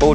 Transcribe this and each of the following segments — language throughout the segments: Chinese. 欧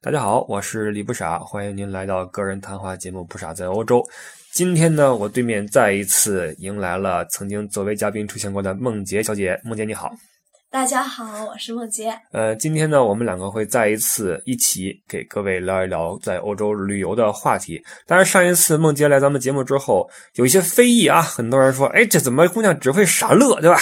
大家好，我是李不傻，欢迎您来到个人谈话节目《不傻在欧洲》。今天呢，我对面再一次迎来了曾经作为嘉宾出现过的梦洁小姐。梦洁你好，大家好，我是梦洁。呃，今天呢，我们两个会再一次一起给各位聊一聊在欧洲旅游的话题。当然，上一次梦洁来咱们节目之后，有一些非议啊，很多人说，哎，这怎么姑娘只会傻乐，对吧？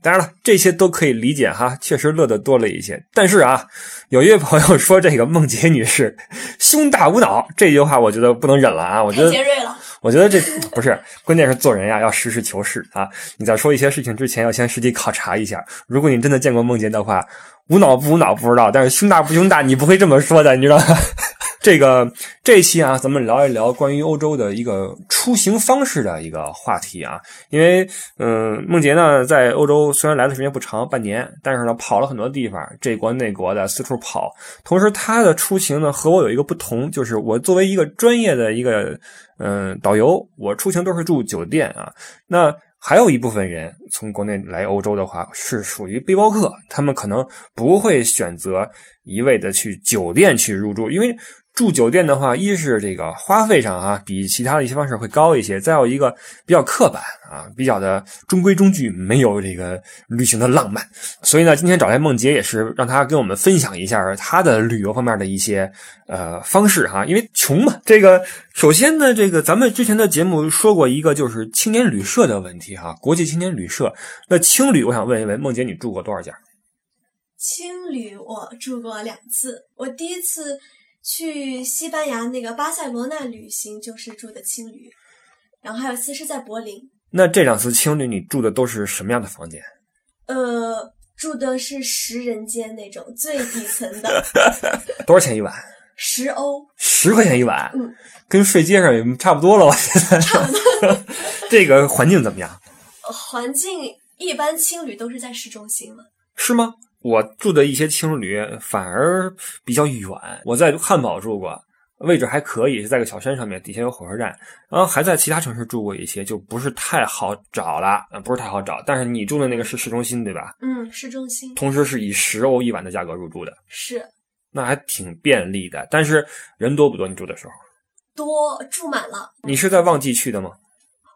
当然了，这些都可以理解哈，确实乐的多了一些。但是啊，有一位朋友说这个梦洁女士 胸大无脑，这句话我觉得不能忍了啊，我觉得杰瑞了。我觉得这不是，关键是做人呀，要实事求是啊！你在说一些事情之前，要先实地考察一下。如果你真的见过梦洁的话，无脑不无脑不知道，但是胸大不胸大，你不会这么说的，你知道吗？ 这个这一期啊，咱们聊一聊关于欧洲的一个出行方式的一个话题啊。因为，嗯、呃，梦洁呢在欧洲虽然来的时间不长，半年，但是呢跑了很多地方，这国那国的四处跑。同时，他的出行呢和我有一个不同，就是我作为一个专业的一个嗯、呃、导游，我出行都是住酒店啊。那还有一部分人从国内来欧洲的话，是属于背包客，他们可能不会选择一味的去酒店去入住，因为住酒店的话，一是这个花费上啊，比其他的一些方式会高一些；再有一个比较刻板啊，比较的中规中矩，没有这个旅行的浪漫。所以呢，今天找来梦洁也是让她跟我们分享一下她的旅游方面的一些呃方式哈、啊，因为穷嘛，这个。首先呢，这个咱们之前的节目说过一个就是青年旅社的问题哈、啊，国际青年旅社。那青旅，我想问一问，梦洁你住过多少家？青旅我住过两次，我第一次去西班牙那个巴塞罗那旅行就是住的青旅，然后还有一次是在柏林。那这两次青旅你住的都是什么样的房间？呃，住的是十人间那种最底层 的。多少钱一晚？十欧，十块钱一晚，嗯，跟睡街上差不多了，我觉得。差不多。 这个环境怎么样？环境一般，青旅都是在市中心嘛。是吗？我住的一些青旅反而比较远。我在汉堡住过，位置还可以，是在个小山上面，底下有火车站。然后还在其他城市住过一些，就不是太好找了，呃不是太好找。但是你住的那个是市中心，对吧？嗯，市中心。同时是以十欧一晚的价格入住的。是。那还挺便利的，但是人多不多？你住的时候多，住满了。你是在旺季去的吗？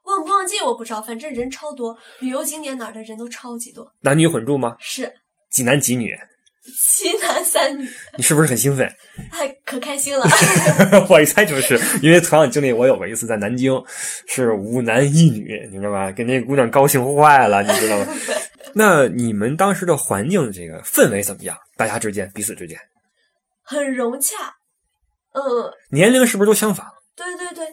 旺不旺季我不知道，反正人超多，旅游景点哪儿的人都超级多。男女混住吗？是，几男几女？七男三女。你是不是很兴奋？哎，可 开心了！我一猜就是，因为同样经历，我有过一次在南京，是五男一女，你知道吧？给那姑娘高兴坏了，你知道吗？那你们当时的环境，这个氛围怎么样？大家之间，彼此之间。很融洽，嗯，年龄是不是都相仿？对对对，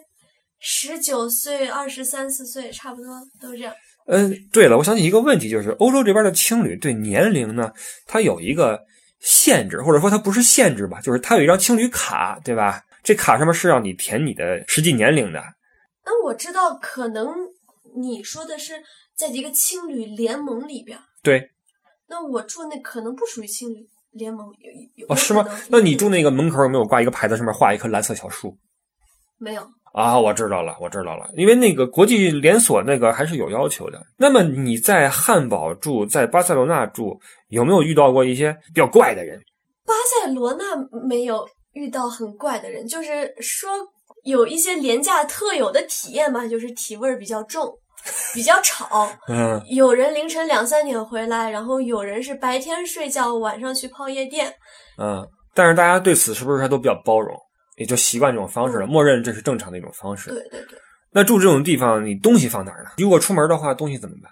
十九岁、二十三四岁，差不多都这样。嗯，对了，我想起一个问题，就是欧洲这边的青旅对年龄呢，它有一个限制，或者说它不是限制吧，就是它有一张青旅卡，对吧？这卡上面是让你填你的实际年龄的。那我知道，可能你说的是在一个青旅联盟里边。对。那我住那可能不属于青旅。联盟有有哦，是吗？那你住那个门口有没有挂一个牌子，上面画一棵蓝色小树？没有啊，我知道了，我知道了，因为那个国际连锁那个还是有要求的。那么你在汉堡住，在巴塞罗那住，有没有遇到过一些比较怪的人？巴塞罗那没有遇到很怪的人，就是说有一些廉价特有的体验吧，就是体味儿比较重。比较吵，嗯，有人凌晨两三点回来，然后有人是白天睡觉，晚上去泡夜店，嗯，但是大家对此是不是还都比较包容，也就习惯这种方式了，嗯默认这是正常的一种方式。对对对，那住这种地方，你东西放哪儿呢？如果出门的话，东西怎么办？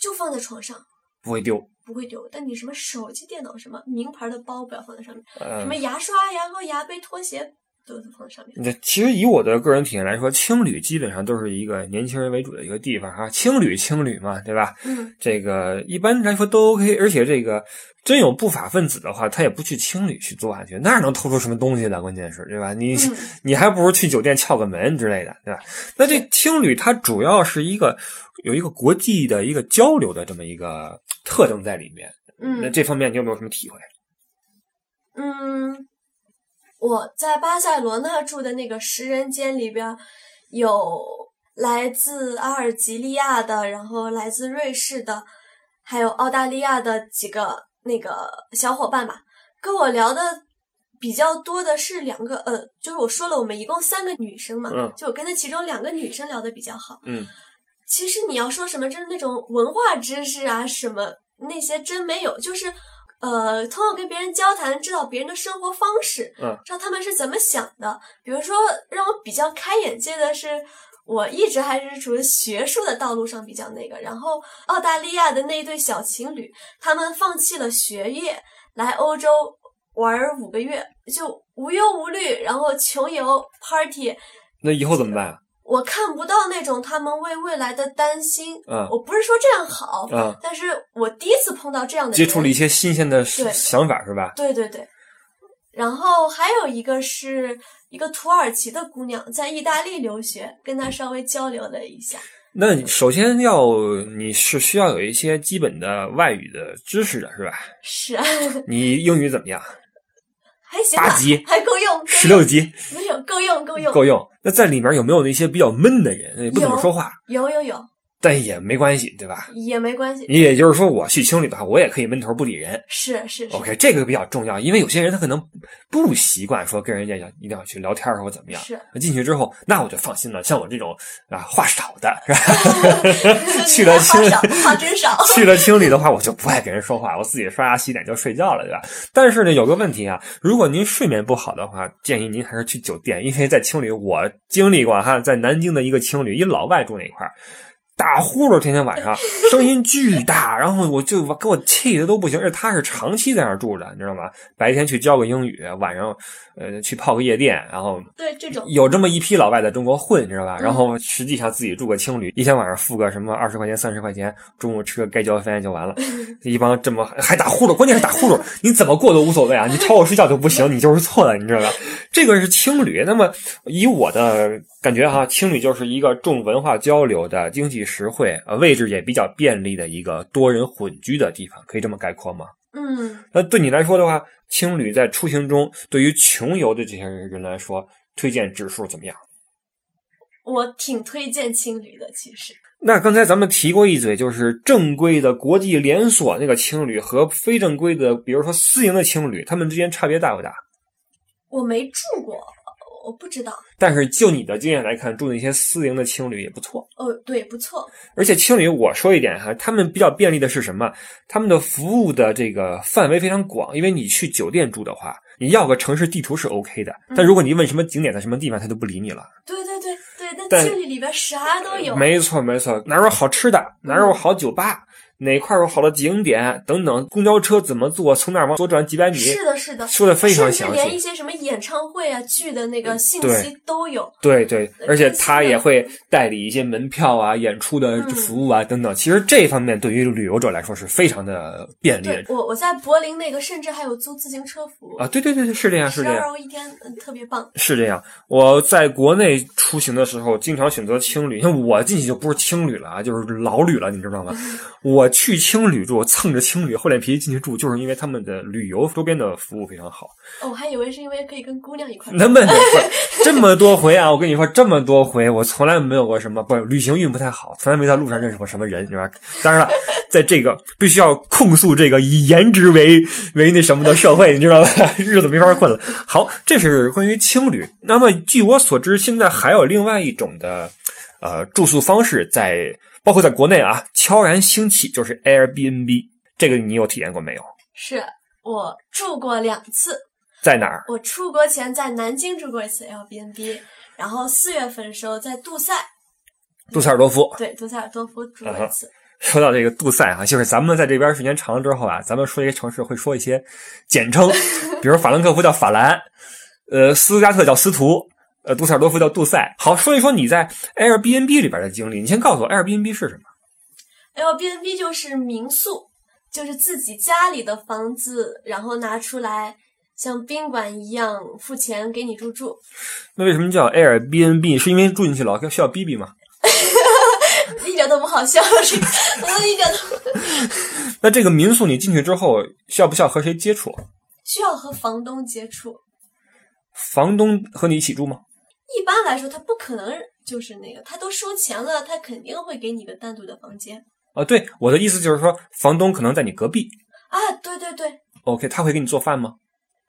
就放在床上，不会丢，不会丢。但你什么手机、电脑、什么名牌的包不要放在上面，呃什么牙刷、牙膏、牙杯、拖鞋都能碰上面。那其实以我的个人体验来说，青旅基本上都是一个年轻人为主的一个地方哈、青旅青旅嘛，对吧？嗯，这个一般来说都 OK，而且这个真有不法分子的话，他也不去青旅去作案去，那能偷出什么东西来？关键是，对吧？你、嗯你还不如去酒店撬个门之类的，对吧？那这青旅它主要是一个有一个国际的一个交流的这么一个特征在里面。那 嗯这方面你有没有什么体会？嗯，我在巴塞罗那住的那个十人间里边儿，有来自阿尔及利亚的，然后来自瑞士的，还有澳大利亚的几个那个小伙伴吧，跟我聊的。比较多的是两个，呃，就是我说了，我们一共三个女生嘛，嗯就我跟那其中两个女生聊的比较好。嗯其实你要说什么，就是那种文化知识啊，什么那些真没有，就是呃，通过跟别人交谈，知道别人的生活方式，嗯，知道他们是怎么想的。比如说，让我比较开眼界的是。我一直还是处于学术的道路上比较那个，然后澳大利亚的那一对小情侣，他们放弃了学业，来欧洲玩儿五个月，就无忧无虑，然后穷游 party，那以后怎么办啊？我看不到那种他们为未来的担心。嗯我不是说这样好，啊，但是我第一次碰到这样的接触了人一些新鲜的对想法是吧？对对对。然后还有一个是一个土耳其的姑娘在意大利留学，跟嗯她稍微交流了一下。那你首先要你是需要有一些基本的外语的知识的是吧？是，啊你英语怎么样？ 还行八吧级，还够用，够十六级用没有够用够用，够用。那在里面有没有那些比较闷的人，也不怎么有说话，有有有但也没关系，对吧？也没关系。你也就是说，我去青旅的话，我也可以闷头不理人。是是是 OK，这个比较重要，因为有些人他可能不习惯说跟人家要一定要去聊天儿或怎么 样。是，进去之后，那我就放心了。像我这种啊话少的，是吧？去了青话少话真少。 去了青旅的话，我就不爱给人说话，我自己刷牙洗脸就睡觉了，对吧？但是呢，有个问题啊，如果您睡眠不好的话，建议您还是去酒店，因为在青旅我经历过哈，在南京的一个青旅，一老外住那一块儿。打呼噜，天天晚上声音巨大，然后我就给我气的都不行。而且他是长期在那儿住的，你知道吗？白天去教个英语，晚上呃去泡个夜店，然后对这种有这么一批老外在中国混，你知道吧？嗯然后实际上自己住个青旅，一天晚上付个什么二十块钱、三十块钱，中午吃个盖浇饭就完了。一帮这么还打呼噜，关键是打呼噜，你怎么过都无所谓啊！你吵我睡觉就不行，你就是错的，你知道吧？这个是青旅。那么以我的感觉哈，青旅就是一个重文化交流的、经济实惠、呃位置也比较便利的一个多人混居的地方，可以这么概括吗？嗯那对你来说的话，青旅在出行中，对于穷游的这些人来说，推荐指数怎么样？我挺推荐青旅的，其实。那刚才咱们提过一嘴，就是正规的国际连锁那个青旅和非正规的，比如说私营的青旅，他们之间差别大不大？我没住过，我不知道。但是就你的经验来看，住那些私营的青旅也不错。哦，对，不错，而且青旅，我说一点哈，他们比较便利的是什么？他们的服务的这个范围非常广，因为你去酒店住的话，你要个城市地图是 OK 的，但如果你问什么景点在什么地方，他就不理你了。对对对对，那但青旅里边啥都有，没错没错，哪儿有好吃的，哪儿有好酒吧，哪块儿有好的景点等等，公交车怎么坐，从哪儿往左转几百米，是的，是的，说的非常甚详至连一细。嗯些什么演唱会啊、剧的那个信对息都有。对对，而且他更新的也会代理一些门票啊、演出的嗯服务啊等等。其实这方面对于旅游者来说是非常的便利对的我，我在柏林那个，甚至还有租自行车服务啊！，对对对，对是这样，是十这样二。欧一天，嗯，特别棒。是这样，我在国内出行的时候，经常选择青旅。像我进去就不是青旅了啊，就是老旅了，你知道吗？我去青旅住，蹭着青旅厚脸皮进去住，就是因为他们的旅游周边的服务非常好。哦，我还以为是因为可以跟姑娘 一块儿。那么多回，这么多回啊！我跟你说，这么多回，我从来没有过什么不旅行运不太好，从来没在路上认识过什么人，是吧？当然了，在这个必须要控诉这个以颜值为为那什么的社会，你知道吧？ 日子没法混了。好，这是关于青旅。那么据我所知，现在还有另外一种的呃住宿方式在，包括在国内啊悄然兴起，就是 Airbnb。这个你有体验过没有？是我住过两次，在哪儿？我出国前在南京住过一次 Airbnb，然后四月份的时候在杜塞，杜塞尔多夫。对，杜塞尔多夫住过啊一次。说到这个杜塞啊，就是咱们在这边时间长了之后啊，咱们说一个城市会说一些简称，比如法兰克福叫法兰，呃，斯加特叫斯图，呃，杜塞尔多夫叫杜塞。好，说一说你在 Airbnb 里边的经历。你先告诉我 Airbnb 是什么？ Airbnb 就是民宿，就是自己家里的房子，然后拿出来像宾馆一样付钱给你入住。 那为什么叫 Airbnb？是因为住进去老需要逼逼吗？一点都不好笑，是我一点都那这个民宿你进去之后，需要不需要和谁接触？需要和房东接触。房东和你一起住吗？一般来说，他不可能就是那个，他都收钱了，他肯定会给你个单独的房间啊，对，我的意思就是说，房东可能在你隔壁。啊。对对对， OK，他会给你做饭吗？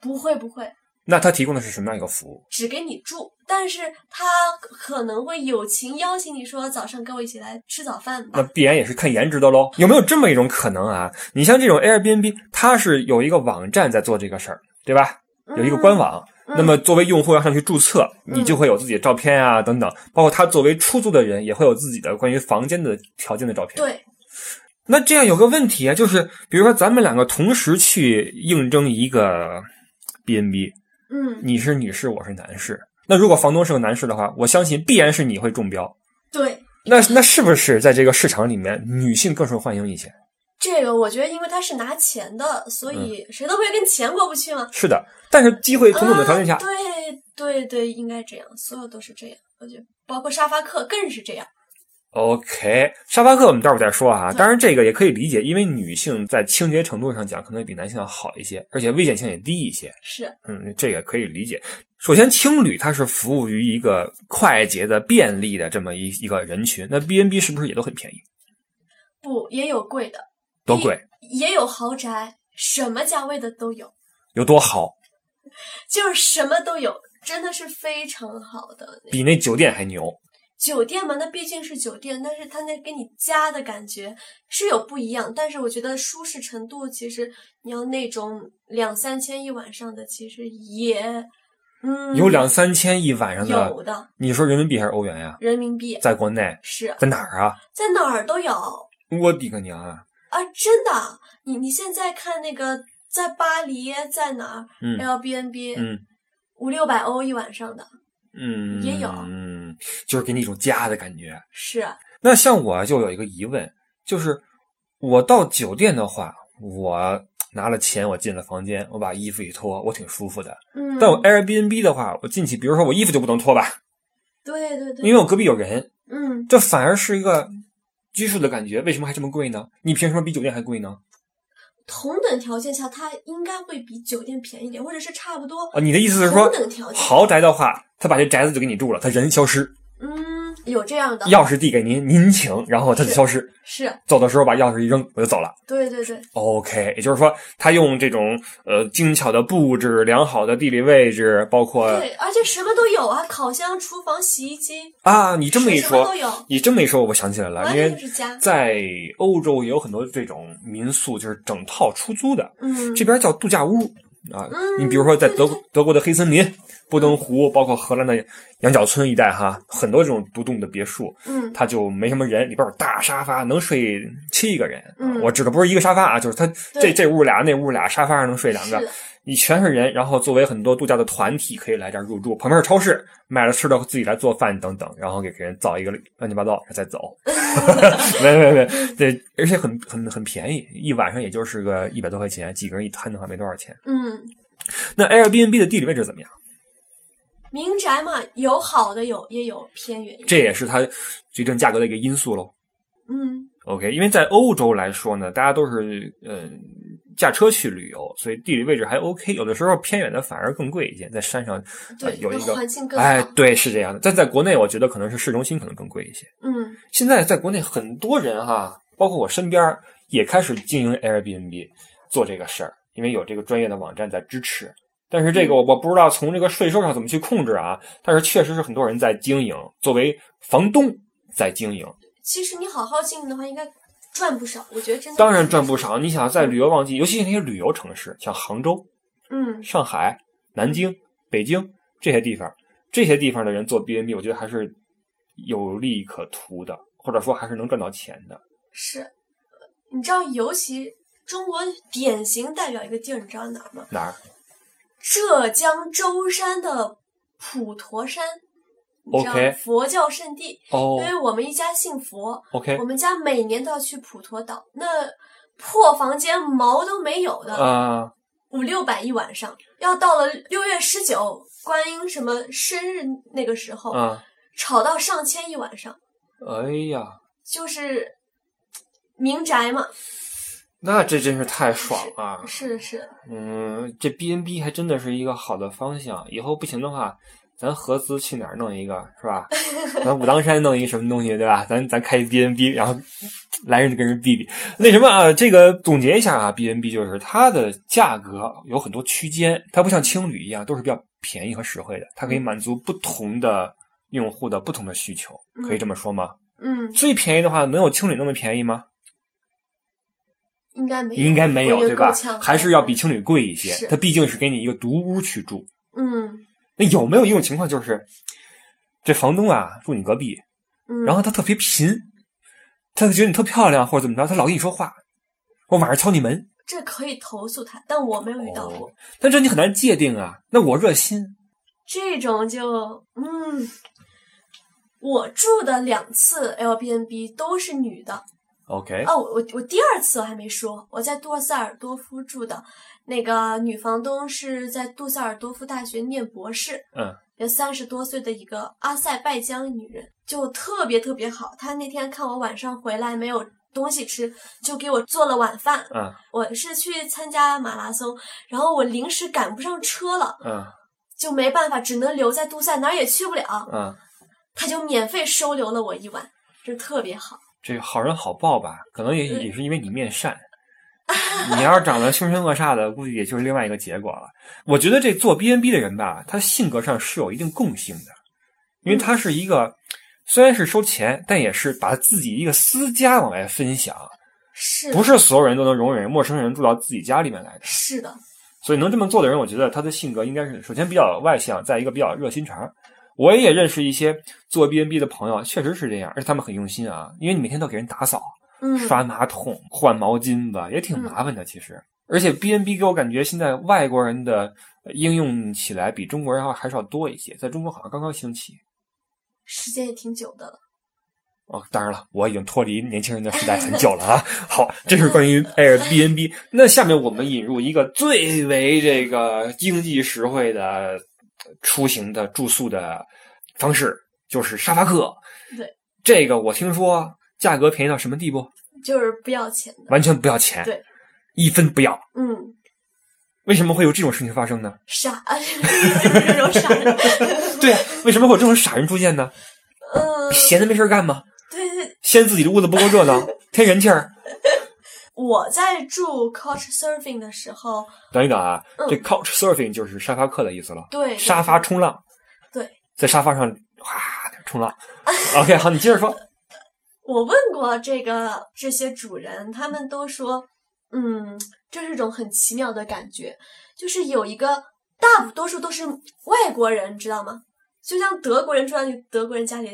不会不会，那他提供的是什么样一个服务？只给你住，但是他可能会友情邀请你说早上跟我一起来吃早饭吧。那必然也是看颜值的喽。有没有这么一种可能啊？你像这种 Airbnb，它是有一个网站在做这个事儿，对吧？有一个官网。嗯那么作为用户要上去注册，嗯你就会有自己的照片啊等等，包括他作为出租的人也会有自己的关于房间的条件的照片。对，那这样有个问题啊，就是比如说咱们两个同时去应征一个 B N B，嗯，你是女士，我是男士。那如果房东是个男士的话，我相信必然是你会中标。对，那那是不是在这个市场里面，女性更受欢迎一些？这个我觉得因为他是拿钱的，所嗯以谁都不会跟钱过不去嘛。是的，但是机会同等的条件下，啊对对对，应该这样，所有都是这样。我觉得包括沙发客更是这样。 OK，沙发客我们待会儿再说啊。对当然，这个也可以理解，因为女性在清洁程度上讲，可能比男性要好一些，而且危险性也低一些。是，嗯，这个可以理解。首先，青旅它是服务于一个快捷的、便利的这么一一个人群。那 B&B 是不是也都很便宜？不也有贵的，多贵？也有豪宅，什么价位的都有，有多好？就是什么都有，真的是非常好的比那酒店还牛。酒店嘛。那毕竟是酒店，但是它那给你家的感觉是有不一样，但是我觉得舒适程度其实你要那种两三千一晚上的，其实也嗯有两三千一晚上的，有的你说人民币还是欧元呀、人民币在国内，是在哪儿啊？在哪儿都有。我的个娘啊！啊，真的啊，你你现在看那个在巴黎在哪儿、嗯 l b n b 嗯五六百欧一晚上的，嗯，也有嗯，就是给你一种家的感觉。是那像我就有一个疑问，就是我到酒店的话，我拿了钱，我进了房间，我把衣服一脱，我挺舒服的。嗯，但我哎 Airbnb 的话，我进去，比如说我衣服就不能脱吧，对对对，因为我隔壁有人，嗯，这反而是一个拘束的感觉。为什么还这么贵呢？你凭什么比酒店还贵呢？同等条件下，它应该会比酒店便宜点，或者是差不多。啊，你的意思是说同等条，件豪宅的话，他把这宅子就给你住了，他人消失，嗯，有这样的，钥匙递给您，您请，然后他就是消失，是走的时候把钥匙一扔，我就走了。对对对， OK，也就是说，他用这种呃精巧的布置、良好的地理位置，包括对，而且什么都有啊，烤箱、厨房、洗衣机，啊，你这么一什么说都，有，你这么一说，我想起来了，完因全为就是家。在欧洲也有很多这种民宿，就是整套出租的，嗯，这边叫度假屋啊。嗯你比如说，在对德对嗯德国的黑森林、波登湖，包括荷兰的羊角村一带哈，很多这种独栋的别墅，嗯，它就没什么人，里边有大沙发，能睡七个人。啊嗯我指的不是一个沙发啊，就是它这对这屋俩，那屋俩，沙发上能睡两个是。你全是人，然后作为很多度假的团体可以来这儿入住，旁边是超市，买了吃的自己来做饭等等，然后给给人造一个乱七八糟再 走。没没没，对，而且很很很便宜，一晚上也就是个一百多块钱，几个人一摊的话没多少钱。嗯，那 Airbnb 的地理位置怎么样？民宅嘛，有好的有，也有偏远一点。这也是它决定价格的一个因素喽。嗯 OK，因为在欧洲来说呢，大家都是呃驾车去旅游，所以地理位置还 OK。有的时候偏远的反而更贵一些，在山上，呃对，有一那个环境更好。哎，对，是这样的。但在国内，我觉得可能是市中心可能更贵一些。嗯，现在在国内很多人哈、包括我身边儿也开始经营 Airbnb 做这个事儿，因为有这个专业的网站在支持。但是这嗯个我我不知道从这个税收上怎么去控制啊，但是确实是很多人在经营，作为房东在经营。其实你好好经营的话，应该赚不少。我觉得真的当然赚不少。你想在旅游旺季，尤其是那些旅游城市，像杭州、嗯，上海、南京、北京这些地方，这些地方的人做 B&B，我觉得还是有利可图的，或者说还是能赚到钱的。是。呃你知道，尤其中国典型代表一个地儿，你知道哪儿吗？哪儿？浙江舟山的普陀山，你知道 OK 佛教圣地，因哦为我们一家信佛， ，OK，我们家每年都要去普陀岛，那破房间毛都没有的，啊五六百一晚上，要到了六月十九观音什么生日那个时候，啊，炒到上千一晚上，哎呀，就是民宅嘛，那这真是太爽了。是是，嗯，这 B N B 还真的是一个好的方向。以后不行的话，咱合资去哪儿弄一个，是吧？咱武当山弄一什么东西，对吧？咱咱开一 B N B，然后来人就跟人比比。那什么啊，这个总结一下啊，B N B 就是它的价格有很多区间，它不像青旅一样都是比较便宜和实惠的，它可嗯以满足不同的用户的不同的需求，可以这么说吗？嗯，最便宜的话，能有青旅那么便宜吗？应该没有，应该没有，我觉得对吧够呛？还是要比青旅贵一些是，它毕竟是给你一个独屋去住。嗯那有没有一种情况就是，这房东啊住你隔壁，嗯，然后他特别贫，他就觉得你特漂亮或者怎么着，他老跟你说话，我晚上敲你门。这可以投诉他，但我没有遇到过、哦但这你很难界定啊。那我热心，这种就嗯。我住的两次 Airbnb 都是女的， OK，哦，我我第二次我还没说，我在杜塞尔多夫住的，那个女房东是在杜塞尔多夫大学念博士，嗯，有三十多岁的一个阿塞拜疆女人，就特别特别好。她那天看我晚上回来没有东西吃，就给我做了晚饭。嗯我是去参加马拉松，然后我临时赶不上车了，嗯就没办法，只能留在杜塞，哪儿也去不了，嗯，她就免费收留了我一晚，这特别好。这个好人好报吧？可能也对也是因为你面善。你要是长得凶神恶煞的，估计也就是另外一个结果了。我觉得这做 B N B 的人吧，他性格上是有一定共性的，因为他是一个虽然是收钱，但也是把自己一个私家往外分享，是不是所有人都能容忍陌生人住到自己家里面来的。是的，所以能这么做的人，我觉得他的性格应该是首先比较外向，再一个比较热心肠。我也认识一些做 B N B 的朋友，确实是这样，而且他们很用心啊，因为你每天都给人打扫。嗯，刷马桶、换毛巾吧，也挺麻烦的。其实，而且 B N B 给我感觉现在外国人的呃应用起来比中国人要还是要多一些，在中国好像刚刚兴起。时间也挺久的了。哦，当然了，我已经脱离年轻人的时代很久了啊。 好，这是关于哎 Airbnb。那下面我们引入一个最为这个经济实惠的呃出行的住宿的方式，就是沙发客。对，这个我听说价格便宜到什么地步？就是不要钱的。完全不要钱，对，一分不要。嗯，为什么会有这种事情发生呢？傻， 这种傻人。对啊，为什么会有这种傻人出现呢？嗯，闲的没事儿干吗？对对，嫌自己的屋子不够热闹，添人气儿？我在住 Couch Surfing 的时候，等一等啊，嗯这 couch surfing 就是沙发客的意思了，对沙发，冲浪。对，在沙发上哗冲 浪。OK，好，你接着说。我问过这个这些主人，他们都说，嗯，这是一种很奇妙的感觉，就是有一个大多数都是外国人，你知道吗？就像德国人住在德国人家里，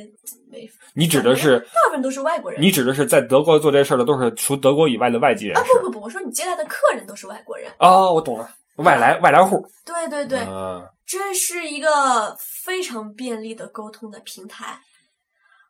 没你指的是大部分都是外国人。你指的是在德国做这事儿的都是除德国以外的外籍人啊士不不不，我说你接待的客人都是外国人。哦，我懂了，外来外来户。对啊对对，嗯这是一个非常便利的沟通的平台，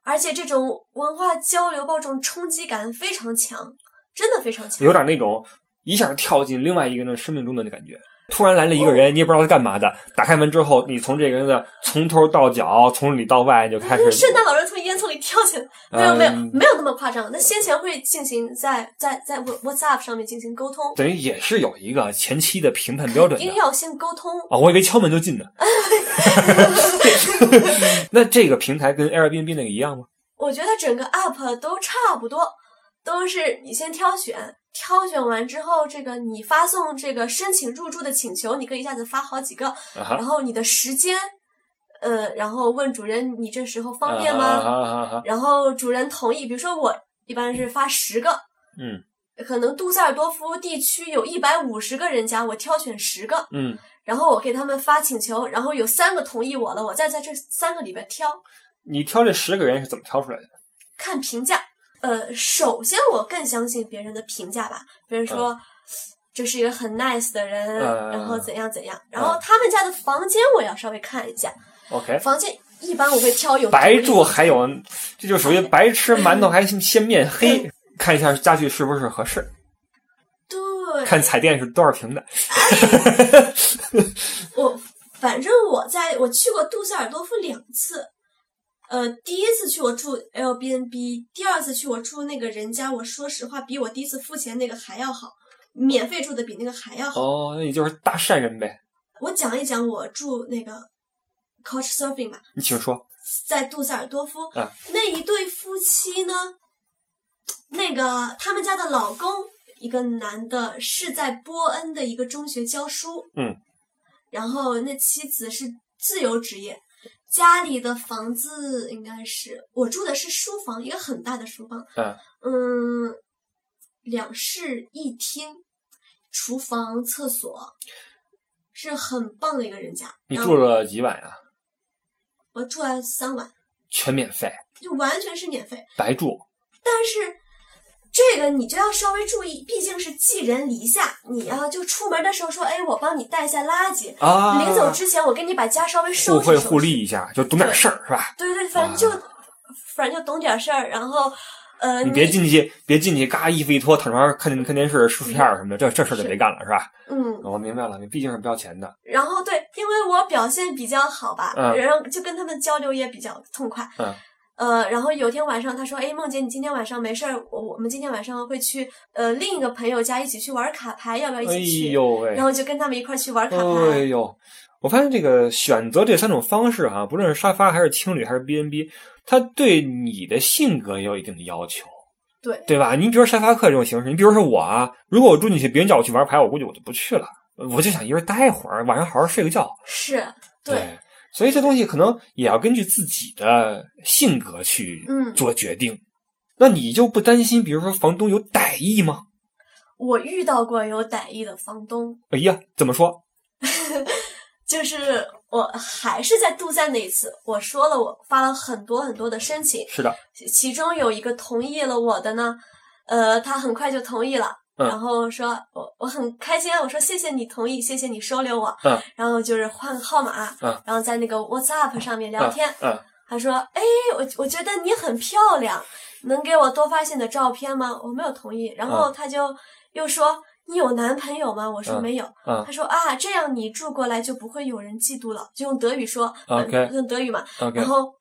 而且这种文化交流包这种冲击感非常强，真的非常强。有点那种一下跳进另外一个人的生命中的感觉。突然来了一个人，你也不知道他干嘛的。打开门之后，你从这个人的从头到脚，从里到外就开始嗯圣诞老人从烟囱里跳起来，没有嗯没有没有那么夸张。那先前会进行在在在 Wha- WhatsApp 上面进行沟通， 等于也是有一个前期的评判标准一定的。要先沟通。啊、我以为敲门就进呢。 那这个平台跟 Airbnb 那个一样吗？我觉得整个 app 都差不多，都是你先挑选，挑选完之后，这个你发送这个申请入住的请求，你可以一下子发好几个，啊哈然后你的时间，呃，然后问主人你这时候方便啊吗？哈啊哈啊哈然后主人同意，比如说我一般是发十个，嗯可能杜塞尔多夫地区有一百五十个人家，我挑选十个，嗯，然后我给他们发请求，然后有三个同意我了，我再在这三个里边挑，你挑这十个人是怎么挑出来的？看评价。呃，首先我更相信别人的评价吧，别人说。这是一个很 nice 的人，嗯然后怎样怎样。然嗯后他们家的房间我要稍微看一下， OK，房间一般我会挑有白住住还有，这就属于白吃馒头还先面黑。看一下家具是不是合适，对，看彩电是多少平的。我反正我在我去过杜塞尔多夫两次，呃，第一次去我住 Airbnb，第二次去我住那个人家，我说实话比我第一次付钱那个还要好，免费住的比那个还要好。哦，那你就是大善人呗。我讲一讲我住那个 Couch Surfing 吧，你请说。在杜塞尔多夫、啊那一对夫妻呢，那个他们家的老公一个男的是在波恩的一个中学教书，嗯，然后那妻子是自由职业，家里的房子应该是我住的是书房，一个很大的书房，嗯嗯，两室一厅，厨房、厕所，是很棒的一个人家。你然住后了几晚啊？我住了三晚，全免费，就完全是免费。白住。但是这个你就要稍微注意，毕竟是寄人篱下，你要就出门的时候说，哎，我帮你带一下垃圾。啊，临走之前，我给你把家稍微收互拾收惠拾。互利啊一下，就懂点事儿是吧？对对，反正就、反正就懂点事儿，然后呃，你别进去，别进去，嘎衣服一脱，躺床上看看电视、吃薯片儿什么的，这这事儿就别干了是吧？嗯，我明白了，你毕竟是不要钱的。然后对，因为我表现比较好吧，嗯然后就跟他们交流也比较痛快。嗯呃，然后有一天晚上，他说：“哎，梦姐，你今天晚上没事儿，我我们今天晚上会去呃另一个朋友家一起去玩卡牌，要不要一哎起去？”呦喂！然后就跟他们一块儿去玩卡牌。哎呦，我发现这个选择这三种方式啊，不论是沙发还是青旅还是 B&B，它对你的性格也有一定的要求，对对吧？你比如沙发客这种形式，你比如说我啊，如果我住进去，别人叫我去玩牌，我估计我就不去了，我就想一个人待会儿，晚上好好睡个觉。是，对，对，所以这东西可能也要根据自己的性格去嗯做决定。那你就不担心，比如说房东有歹意吗？我遇到过有歹意的房东，哎呀，怎么说？就是我还是在杜赞那一次，我说了，我发了很多很多的申请，是的，其其中有一个同意了我的呢，呃，他很快就同意了。嗯然后说，我我很开心，啊我说谢谢你同意，谢谢你收留我。嗯然后就是换号码，嗯然后在那个 WhatsApp 上面聊天。嗯，他说，哎，我我觉得你很漂亮，能给我多发些你的照片吗？我没有同意。然后他就又说，你有男朋友吗？我说嗯没有。嗯他说啊，这样你住过来就不会有人嫉妒了，就用德语说呃 OK 用德语嘛。嗯，OK，然后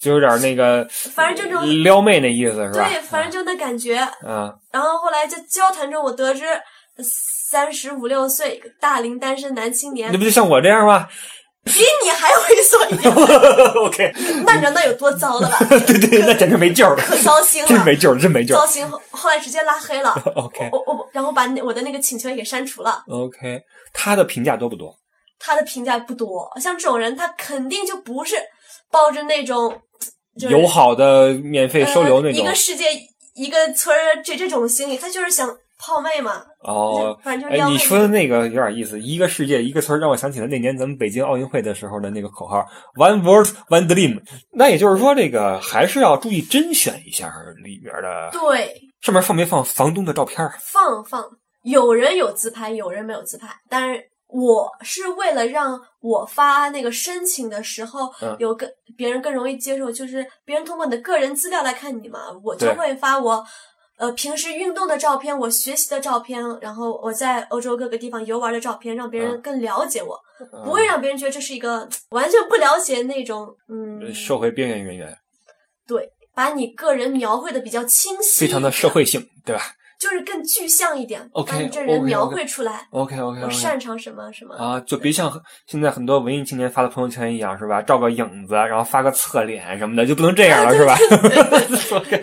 就有点那个，反正这种撩妹那意思是吧？嗯对，反正就那感觉。啊，然后后来在交谈中，我得知三十五六岁一个大龄单身男青年那，不就像我这样吗 比你还猥琐一点， ？OK，那你知道 那有多糟 了吧？对对，那简直没救了，可糟心真了，没救了，真没救糟了。心后后来直接拉 黑了。 OK 我我然后把那我的那个请求也给删除了。 OK，他的评价多不多？他的评价不多，像这种人，他肯定就不是抱着那种就是友好的免费收留那呃一种个世界一个村儿这这种心理，他就是想泡妹嘛，哦就。反正就是哎撩，妹。你说的那个有点意思，一个世界一个村儿，让我想起了那年咱们北京奥运会的时候的那个口号 “One World One Dream”。那也就是说，这个还是要注意甄选一下里面的，对，上面放没放房东的照片儿？放放，有人有自拍，有人没有自拍，但是。我是为了让我发那个申请的时候嗯有更别人更容易接受，就是别人通过你的个人资料来看你嘛，我就对会发我呃平时运动的照片，我学习的照片，然后我在欧洲各个地方游玩的照片，让别人嗯更了解我，不会让别人觉得这是一个完全不了解那种嗯嗯，社会边缘人员，把你个人描绘的比较清晰，非常的社，会性，对吧就是更具象一点， OK，把你这人 OK，OK 描绘出来。 ？OK OK，我擅长什么什么。啊，就别像现在很多文艺青年发的朋友圈一样，是吧？照个影子，然后发个侧脸什么的，就不能这样了，是吧？OK，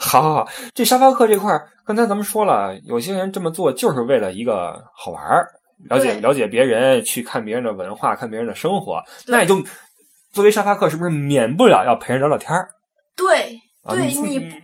好好好，这沙发客这块儿，刚才咱们说了，有些人这么做就是为了一个好玩儿，了解对了解别人，去看别人的文化，看别人的生活，对那也就作为沙发客，是不是免不了要陪人聊聊天儿对啊？对，你你不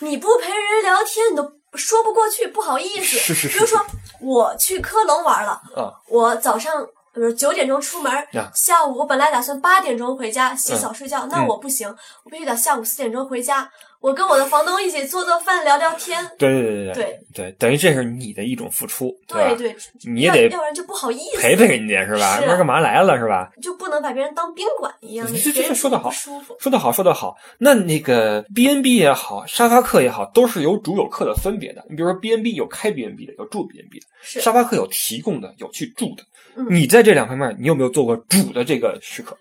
你不陪人聊天，你都说不过去，不好意思。是是是比如说，我去科隆玩了，啊我早上。比如九点钟出门呀，下午我本来打算八点钟回家洗嗯澡睡觉，那嗯我不行，我必须得下午四点钟回家。我跟我的房东一起做做饭，聊聊天。对对对对对对，等于这是你的一种付出，对吧？对，你也要得要不然就不好意思陪陪人家是吧？是那干嘛来了是吧？就不能把别人当宾馆一样，你你这别这说得好不舒服。说得好，说得好。那那个 B N B 也好，沙发客也好，都是有主有客的分别的。你比如说 B N B 有开 B N B 的，有住 B N B 的，是沙发客有提供的，有去住的。嗯你在这两方面，你有没有做过主的这个时刻？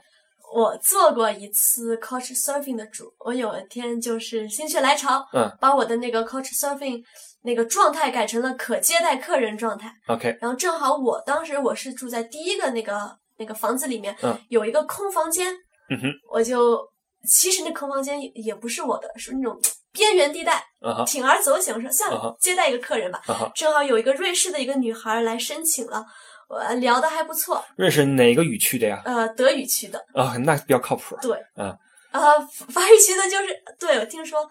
我做过一次 Couch Surfing 的主，我有一天就是心血来潮，嗯，把我的那个 Couch Surfing 那个状态改成了可接待客人状态。 OK，然后正好我当时我是住在第一个那个那个房子里面，嗯有一个空房间，嗯哼，我就其实那空房间也也不是我的，是那种边缘地带，啊哈，铤而走险，我说算啊哈了，接待一个客人吧。啊哈。正好有一个瑞士的一个女孩来申请了，我聊的还不错，瑞士哪个语区的呀？呃，德语区的，啊、那比较靠谱。啊，法语区的就是对我听说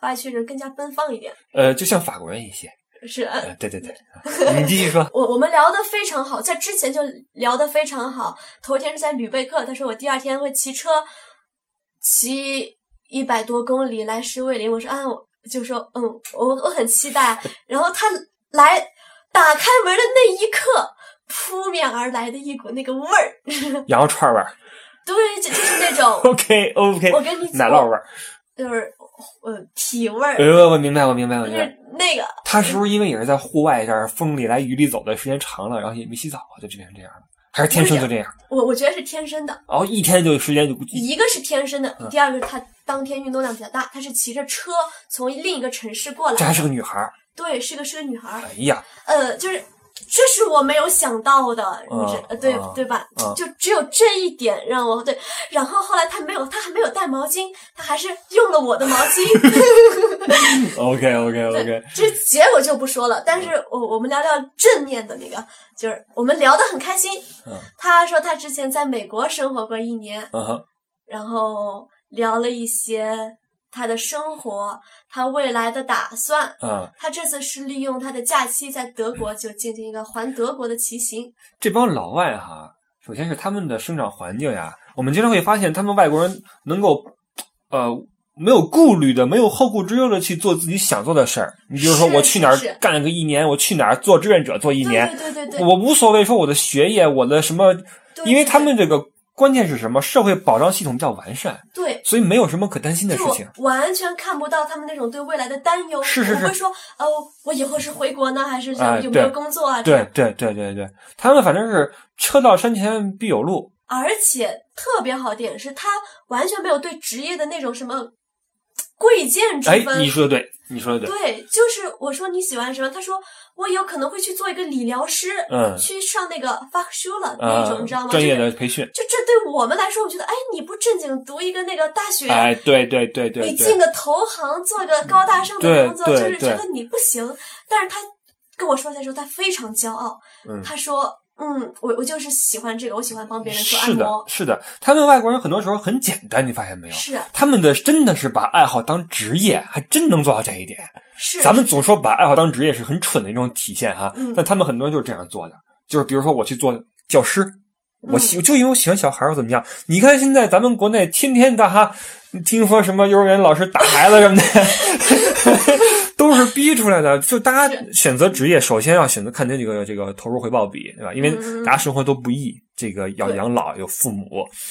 法语区人更加奔放一点，呃，就像法国人一些。是。呃呃，对对对， 啊你继续说。我我们聊得非常好，在之前就聊得非常好。头一天是在吕贝克，他说我第二天会骑车，骑一百多公里来石卫林。我说啊，我就说嗯，我我很期待。然后他来打开门的那一刻，扑面而来的一股那个味儿，羊肉串味儿对，就就是那 种， ，OK OK，我跟你奶酪味儿。就是呃体味儿，呃，我明白，我明白，我就明白。是那个他是不是因为也是在户外这儿风里来雨里走的时间长了，然后也没洗澡啊，就变成这样了？还是天生就这样？我我觉得是天生的。然后一天就时间就一个是天生的嗯，第二个是他当天运动量比较大，他是骑着车从另一个城市过这来，还是个女孩儿。对，是个是个女孩儿，哎呀，呃，就是这是我没有想到的，嗯你知呃对嗯对吧嗯？就只有这一点让我对，然后后来他没有，他还没有带毛巾，他还是用了我的毛巾， ，OK OK 嗯对 OK，， 嗯这结果就不说了，但是我我们聊聊正面的那个，就是我们聊得很开心嗯，他说他之前在美国生活过一年，嗯哼，然后聊了一些他的生活，他未来的打算。嗯，他这次是利用他的假期在德国就进行一个环德国的骑行，这帮老外哈，首先是他们的生长环境呀，我们经常会发现他们外国人能够，呃。没有顾虑的，没有后顾之忧的去做自己想做的事儿。你比如说，是我去哪儿是是干个一年，我去哪儿做志愿者做一对年，对对对对，我无所谓说我的学业，我的什么，对因为他们这个关键是什么？社会保障系统比较完善，对。所以没有什么可担心的就事我情。完全看不到他们那种对未来的担忧，是是是我会说，哦，我以后是回国呢，还是哎有没有对工作啊？这对样，对对对对，他们反正是车到山前必有路，而且特别好点是，他完全没有对职业的那种什么贵贱之哎，分，你说的对，你说的对，对，就是我说你喜欢什么，他说我有可能会去做一个理疗师，嗯去上那个 fuck s h u l a 那啊种，，你知道吗？专业就是的培训，就这对我们来说，我觉得，哎，你不正经读一个那个大学，哎，对对对对你进对，个投行，做个高大上对的工作，对就是觉对得你不行。但是他跟我说的时候，他非常骄傲，嗯他说，嗯，我我就是喜欢这个，我喜欢帮别人做按是的摩，，是的，他们外国人很多时候很简单，你发现没有？是他们的真的是把爱好当职业，还真能做到这一点。是，咱们总说把爱好当职业是很蠢的一种体现哈、嗯但他们很多人就是这样做的，就是比如说我去做教师，嗯我喜、就因为我喜欢小孩儿，我怎么样？你看现在咱们国内天天的哈，听说什么幼儿园老师打孩子什么的， 都是逼出来的。就大家选择职业，首先要选择看这个这个投入回报比，对吧？因为嗯大家生活都不易，这个要对养老，有父母，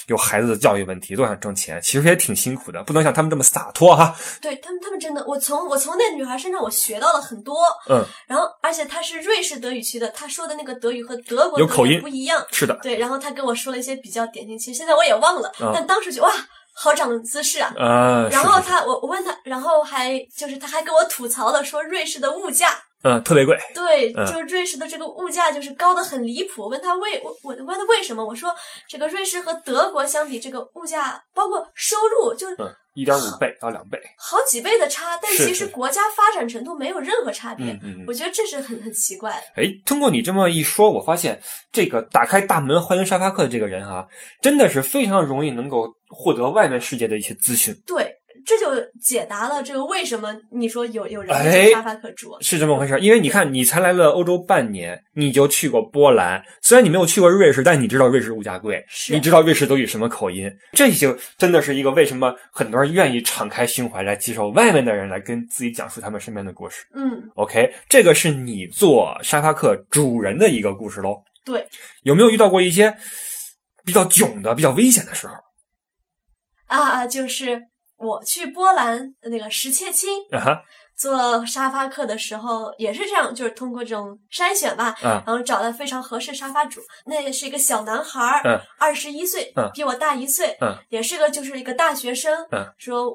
有孩子的教育问题，都想挣钱，其实也挺辛苦的，不能像他们这么洒脱哈。对他们，他们真的，我从我从那女孩身上我学到了很多。嗯，然后而且她是瑞士德语区的，她说的那个德语和德国有德语口音不一样。是的，对，然后她跟我说了一些比较典型，其实现在我也忘了，嗯但当时就哇，好长姿势啊。呃，然是后是她，我我问她，然后还就是她还跟我吐槽了，说瑞士的物价，嗯，特别贵。对，嗯就是瑞士的这个物价就是高的很离谱。问他为我我问他为什么，我说这个瑞士和德国相比，这个物价包括收入就是嗯，一点五倍到两倍。好几倍的差，但是其是实国家发展程度没有任何差别。嗯嗯。我觉得这是很很奇怪的。哎，通过你这么一说，我发现这个打开大门欢迎沙发客的这个人啊，真的是非常容易能够获得外面世界的一些资讯。对，这就解答了这个为什么你说有有人哎没有办法可住。是这么回事儿，因为你看，你才来了欧洲半年，你就去过波兰，虽然你没有去过瑞士，但你知道瑞士物价贵，是你知道瑞士都以什么口音，这就真的是一个为什么很多人愿意敞开胸怀来接受外面的人来跟自己讲述他们身边的故事。嗯， OK，这个是你做沙发客主人的一个故事喽。对，有没有遇到过一些比较囧的、比较危险的时候啊啊，就是我去波兰那个石切青啊哈？做沙发客的时候也是这样，就是通过这种筛选吧，嗯然后找到非常合适沙发主。那个是一个小男孩儿嗯，二十一岁，嗯比我大一岁，嗯也是个就是一个大学生，嗯说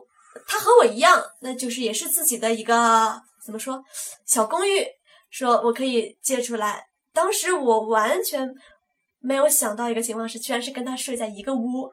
他和我一样，那就是也是自己的一个怎么说小公寓，说我可以借出来。当时我完全没有想到一个情况是，居然是跟他睡在一个屋，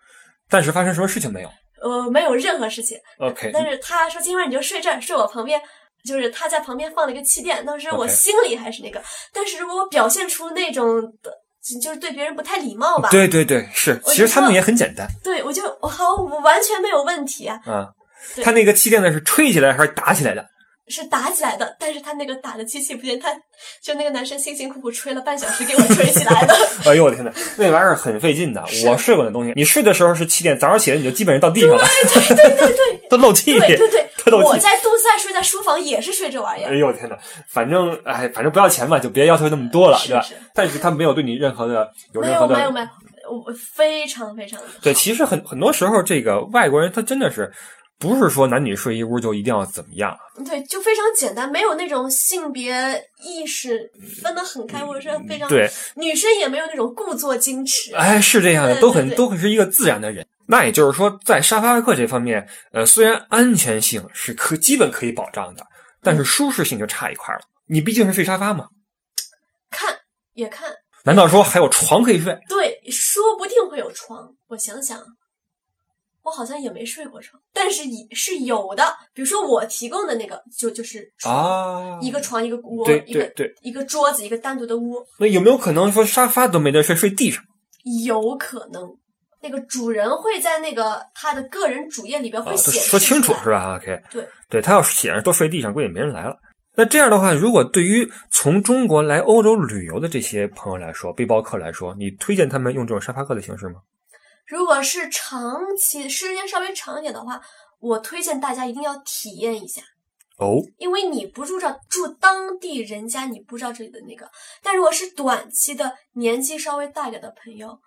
但是发生什么事情没有呃，没有任何事情。 ？OK，但是他说今晚你就睡这儿，睡我旁边，就是他在旁边放了一个气垫。当时我 OK 心里还是那个但是如果我表现出那种的，就就是对别人不太礼貌吧，对对对，是，我其实就他们说也很简单对我就我好，我完全没有问题啊，啊。对他那个气垫呢是吹起来还是打起来的？是打起来的。但是他那个打的机器不见，他就那个男生辛辛苦苦吹了半小时给我吹起 来的，哎呦我的天哪，那玩意儿很费劲的。是我睡过那东西，你睡的时候是气垫，早上起来你就基本上到地上了，对对 都漏气。对对对他都我气在杜塞睡在书房也是睡这玩意哎儿，呦我的天哪，反正哎，反正不要钱嘛，就别要求那么多了，是对吧是？ 但哎是他没有对你任何的有没任何有没的有没有，我非常非常的对。其实很很多时候，这个外国人他真的是不是说男女睡一屋就一定要怎么样，对，就非常简单，没有那种性别意识分得很开，或者是非常对，女生也没有那种故作矜持。哎，是这样的，对都对很对都很是一个自然的人。那也就是说，在沙发客这方面，呃，虽然安全性是可基本可以保障的，但是舒适性就差一块了。你毕竟是睡沙发嘛，看也看，难道说还有床可以睡？对，说不定会有床。我想想，我好像也没睡过床，但是也是有的。比如说我提供的那个，就就是床，啊一个床，一个窝，对一对个对，一个桌子，一个单独的屋，那有没有可能说沙发都没得睡，睡地上？有可能。那个主人会在那个他的个人主页里边啊，会都写、说清楚是吧？OK，对，对他要写着都睡地上，估计也没人来了。那这样的话，如果对于从中国来欧洲旅游的这些朋友来说，背包客来说，你推荐他们用这种沙发客的形式吗？如果是长期时间稍微长一点的话，我推荐大家一定要体验一下，哦，因为你不住这住当地人家，你不知道这里的那个。但如果是短期的，年纪稍微大一点的朋友，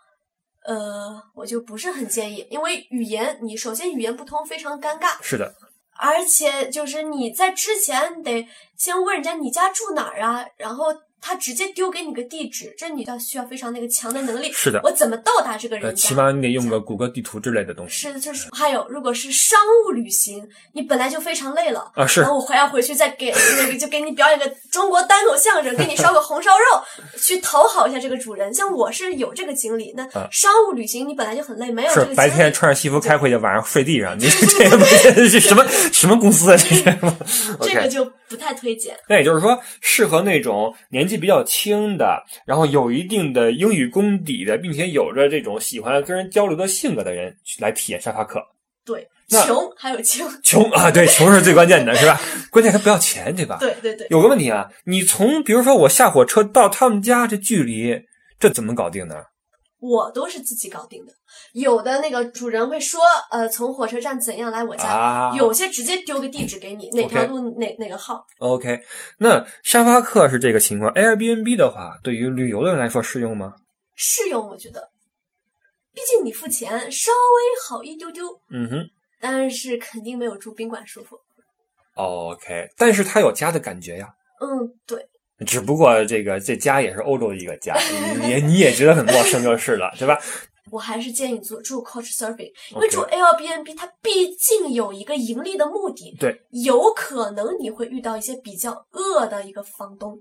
呃，我就不是很建议，因为语言你首先语言不通非常尴尬，是的，而且就是你在之前你得先问人家你家住哪儿啊，然后他直接丢给你个地址，这你要需要非常那个强的能力。是的我怎么到达这个呃，人家？起码你得用个谷歌地图之类的东西是，就是还有，如果是商务旅行，你本来就非常累了，啊。是然后我还要回去再给那个就给你表演个中国单口相声，给你烧个红烧肉，去讨好一下这个主人。像我是有这个经历，那啊商务旅行你本来就很累，没有这是个，白经天历，穿着西服开会去，晚上睡地上， 你这个不是这什么什么公司啊？这是这个 OK。就不太推荐。那也就是说，适合那种年纪比较轻的，然后有一定的英语功底的，并且有着这种喜欢跟人交流的性格的人去来体验沙发课。对，那穷还 有穷，穷啊，对，穷是最关键的，是吧？关键他不要钱，对吧？对对对，有个问题啊，你从比如说我下火车到他们家这距离，这怎么搞定呢？我都是自己搞定的。有的那个主人会说，呃，从火车站怎样来我家，啊，有些直接丢个地址给你，哪条 OK 路哪哪个号。 OK，那沙发客是这个情况，Airbnb 的话，对于旅游的人来说适用吗？适用，我觉得，毕竟你付钱稍微好一丢丢，嗯哼但是肯定没有住宾馆舒服。 ，OK，但是它有家的感觉呀。嗯，对，只不过这个这家也是欧洲的一个家，你也你也觉得很陌生就是了，对吧？我还是建议住住 Couchsurfing，因为 OK 住 Airbnb 它毕竟有一个盈利的目的，对，有可能你会遇到一些比较恶的一个房东，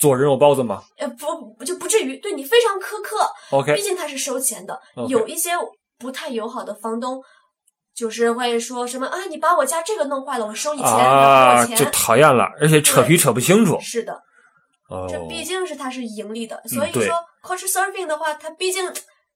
做人肉包子嘛呃，不不就不至于对你非常苛刻， ，OK，毕竟他是收钱的 OK 有一些不太友好的房东。就是会说什么啊，你把我家这个弄坏了，我收你钱，然后啊，我钱就讨厌了，而且扯皮扯不清楚。是的，哦，嗯这毕竟是它是盈利的，所以对说 Couchsurfing 的话，它毕竟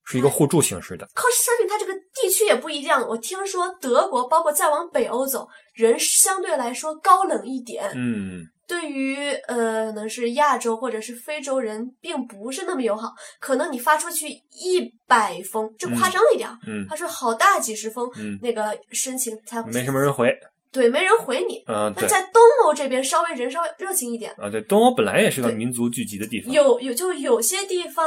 是一个互助形式的。 Couchsurfing 它这个地区也不一样，我听说德国包括再往北欧走，人相对来说高冷一点，嗯，对于呃可能是亚洲或者是非洲人并不是那么友好，可能你发出去一百封，这夸张了一点儿，嗯他说好大几十封，嗯那个申请才没什么人回。对没人回你。嗯、那对在东欧这边稍微人稍微热情一点，啊，对，东欧本来也是个对民族聚集的地方。有有就有些地方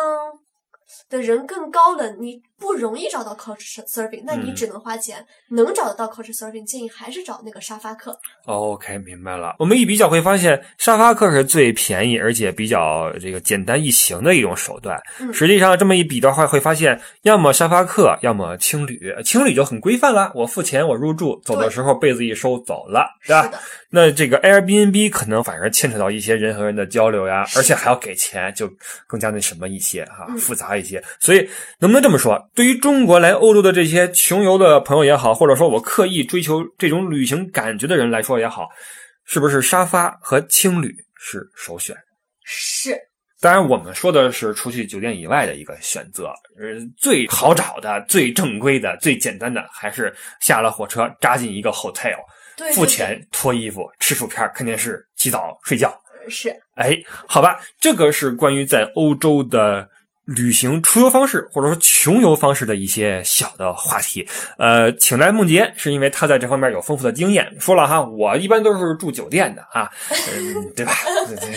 的人更高冷，你不容易找到 couch surfing，那你嗯只能花钱。能找得到 couch surfing，建议还是找那个沙发客。 OK，明白了。我们一比较会发现，沙发客是最便宜而且比较这个简单易行的一种手段。嗯实际上，这么一比的话，会发现，要么沙发客，要么青旅。青旅就很规范了，我付钱，我入住，走的时候被子一收走了，是是吧？的，那这个 Airbnb 可能反而牵扯到一些人和人的交流呀，是而且还要给钱，就更加那什么一些哈、嗯复杂一些。所以能不能这么说，对于中国来欧洲的这些穷游的朋友也好，或者说我刻意追求这种旅行感觉的人来说也好，是不是沙发和青旅是首选？是当然，我们说的是除去酒店以外的一个选择，呃，最好找的、最正规的、最简单的，还是下了火车扎进一个 hotel，对对付对钱、脱衣服、吃薯片、看电视、洗澡、睡觉。是哎，好吧，这个是关于在欧洲的旅行出游方式或者说穷游方式的一些小的话题。呃，请来梦洁是因为她在这方面有丰富的经验。说了哈，我一般都是住酒店的啊，嗯，对吧？ 对对，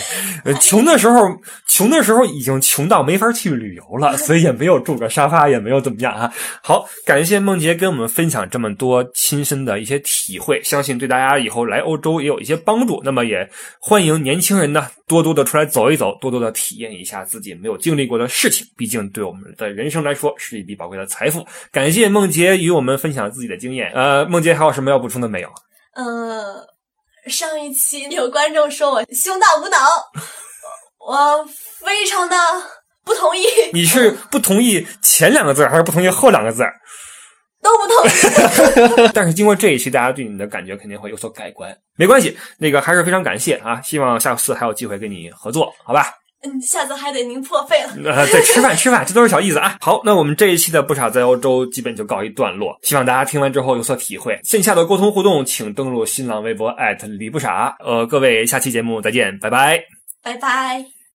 呃穷的时候，穷的时候已经穷到没法去旅游了，所以也没有住个沙发，也没有怎么样啊。好，感谢梦洁跟我们分享这么多亲身的一些体会，相信对大家以后来欧洲也有一些帮助。那么也欢迎年轻人呢多多的出来走一走，多多的体验一下自己没有经历过的事情，毕竟对我们的人生来说是一笔宝贵的财富。感谢梦洁与我们分享自己的经验。呃，梦洁还有什么要补充的没有？呃，上一期有观众说我胸大无脑，我非常的不同意，你是不同意前两个字儿，还是不同意后两个字儿？都不 同意。但是经过这一期，大家对你的感觉肯定会有所改观。没关系，那个还是非常感谢啊！希望下次还有机会跟你合作，好吧？嗯，下次还得您破费了。呃，对，吃饭吃饭，这都是小意思啊。好，那我们这一期的不傻在欧洲基本就告一段落，希望大家听完之后有所体会。线下的沟通互动，请登录新浪微博李不傻。呃，各位，下期节目再见，拜拜。拜拜。